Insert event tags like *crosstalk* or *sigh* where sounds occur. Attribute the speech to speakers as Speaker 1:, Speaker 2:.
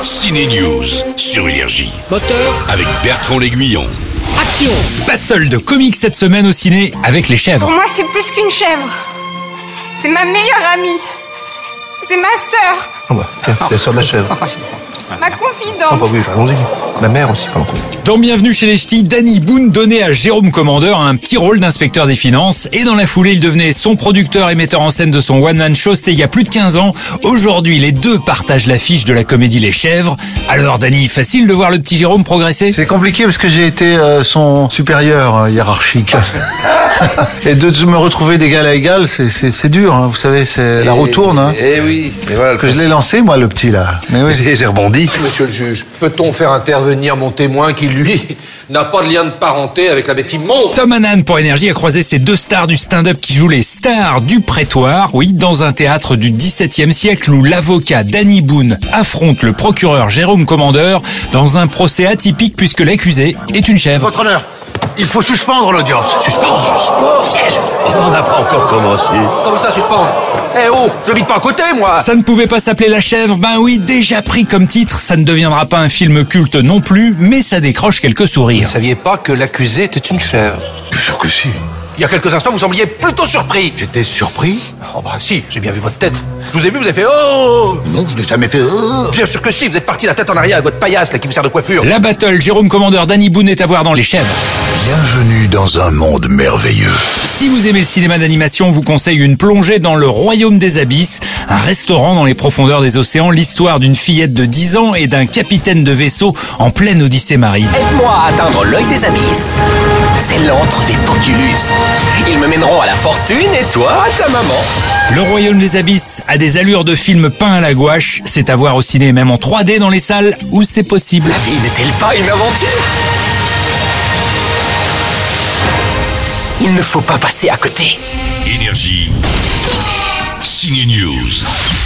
Speaker 1: Ciné News sur Énergie
Speaker 2: Moteur,
Speaker 1: avec Bertrand L'Aiguillon.
Speaker 2: action
Speaker 3: Battle de comics cette semaine au ciné avec les
Speaker 4: Pour
Speaker 3: chèvres.
Speaker 4: moi, c'est plus qu'une chèvre. C'est ma meilleure amie. C'est ma sœur,
Speaker 5: Ah bah, tiens, t'es la sœur de la chèvre.
Speaker 4: ma
Speaker 5: Ah
Speaker 4: confidente.
Speaker 5: bah oui, bah allons-y. Ma mère aussi, pardon.
Speaker 3: Dans Bienvenue chez les Ch'tis, Danny Boone donnait à Jérôme Commandeur un petit rôle d'inspecteur des finances et dans la foulée, il devenait son producteur et metteur en scène de son one-man show, c'était il y a plus de 15 ans. Aujourd'hui, les deux partagent l'affiche de la comédie Les Chèvres. Alors Danny, facile de voir le petit Jérôme progresser
Speaker 6: C'est compliqué parce que j'ai été euh, son supérieur euh,
Speaker 7: *laughs*
Speaker 6: hiérarchique. et de me retrouver d'égal à égal, c'est- c'est c'est dur, hein, vous savez, c'est la roue tourne. hein.
Speaker 7: Eh oui, et voilà le
Speaker 6: Que je l'ai lancé, moi, le petit, là. Mais oui.
Speaker 7: J'ai rebondi. Monsieur le juge, peut-on faire intervenir mon témoin qui, lui, *laughs* n'a pas de lien de parenté avec la bête immonde
Speaker 3: Tom Hanan pour Énergie a croisé ces deux stars du stand-up qui jouent les stars du prétoire, oui, dans un théâtre du XVIIe siècle où l'avocat Danny Boone affronte le procureur Jérôme Commandeur dans un procès atypique puisque l'accusé est une chèvre.
Speaker 8: Votre honneur, il faut suspendre l'audience.
Speaker 7: Suspens Suspens Siège
Speaker 8: On n'a pas encore commencé.
Speaker 7: Comme ça, suspendre Eh oh, je bite pas à côté, moi
Speaker 3: Ça ne pouvait pas s'appeler La Chèvre, ben oui, déjà pris comme titre, ça ne deviendra pas un film culte non plus, mais ça décroche quelques sourires.
Speaker 7: Vous saviez pas que l'accusé était une chèvre
Speaker 8: Bien sûr que si.
Speaker 7: Il y a quelques instants, vous sembliez plutôt surpris. J'étais surpris Oh bah si, j'ai bien vu votre tête. Je vous ai vu, vous avez fait Oh
Speaker 8: Non, je n'ai jamais fait. euh.
Speaker 7: Bien sûr que si, vous êtes parti la tête en arrière avec votre paillasse là qui vous sert de coiffure.
Speaker 3: La battle Jérôme Commandeur Danny Boone est à voir dans Les Chèvres.
Speaker 1: Bienvenue dans un monde merveilleux.
Speaker 3: Si vous aimez le cinéma d'animation, on vous conseille une plongée dans le royaume des abysses, un restaurant dans les profondeurs des océans, l'histoire d'une fillette de 10 ans et d'un capitaine de vaisseau en pleine odyssée marine.
Speaker 9: Aide-moi à atteindre l'œil des abysses. C'est l'antre des Poculus. Ils me mèneront à la fortune et toi à ta maman.
Speaker 3: Le royaume des abysses a des allures de film peint à la gouache, c'est à voir au ciné même en 3D dans les salles où c'est possible.
Speaker 9: La vie n'est-elle pas une aventure Il ne faut pas passer à côté.
Speaker 1: Énergie. Ciné News.